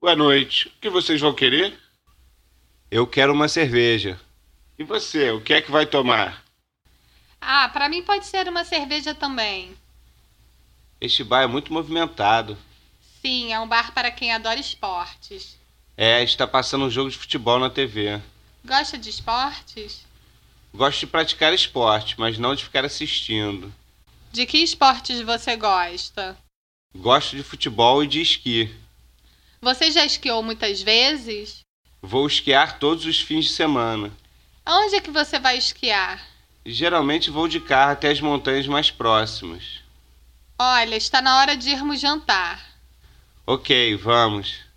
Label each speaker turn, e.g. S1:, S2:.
S1: Boa noite. O que vocês vão querer?
S2: Eu quero uma cerveja.
S1: E você, o que é que vai tomar?
S3: Ah, pra mim pode ser uma cerveja também.
S2: Este bar é muito movimentado.
S3: Sim, é um bar para quem adora esportes.
S2: É, está passando um jogo de futebol na TV.
S3: Gosta de esportes?
S2: Gosto de praticar esporte, mas não de ficar assistindo.
S3: De que esportes você gosta?
S2: Gosto de futebol e de esqui.
S3: Você já esquiou muitas vezes?
S2: Vou esquiar todos os fins de semana.
S3: Aonde é que você vai esquiar?
S2: Geralmente vou de carro até as montanhas mais próximas.
S3: Olha, está na hora de irmos jantar.
S2: Ok, vamos.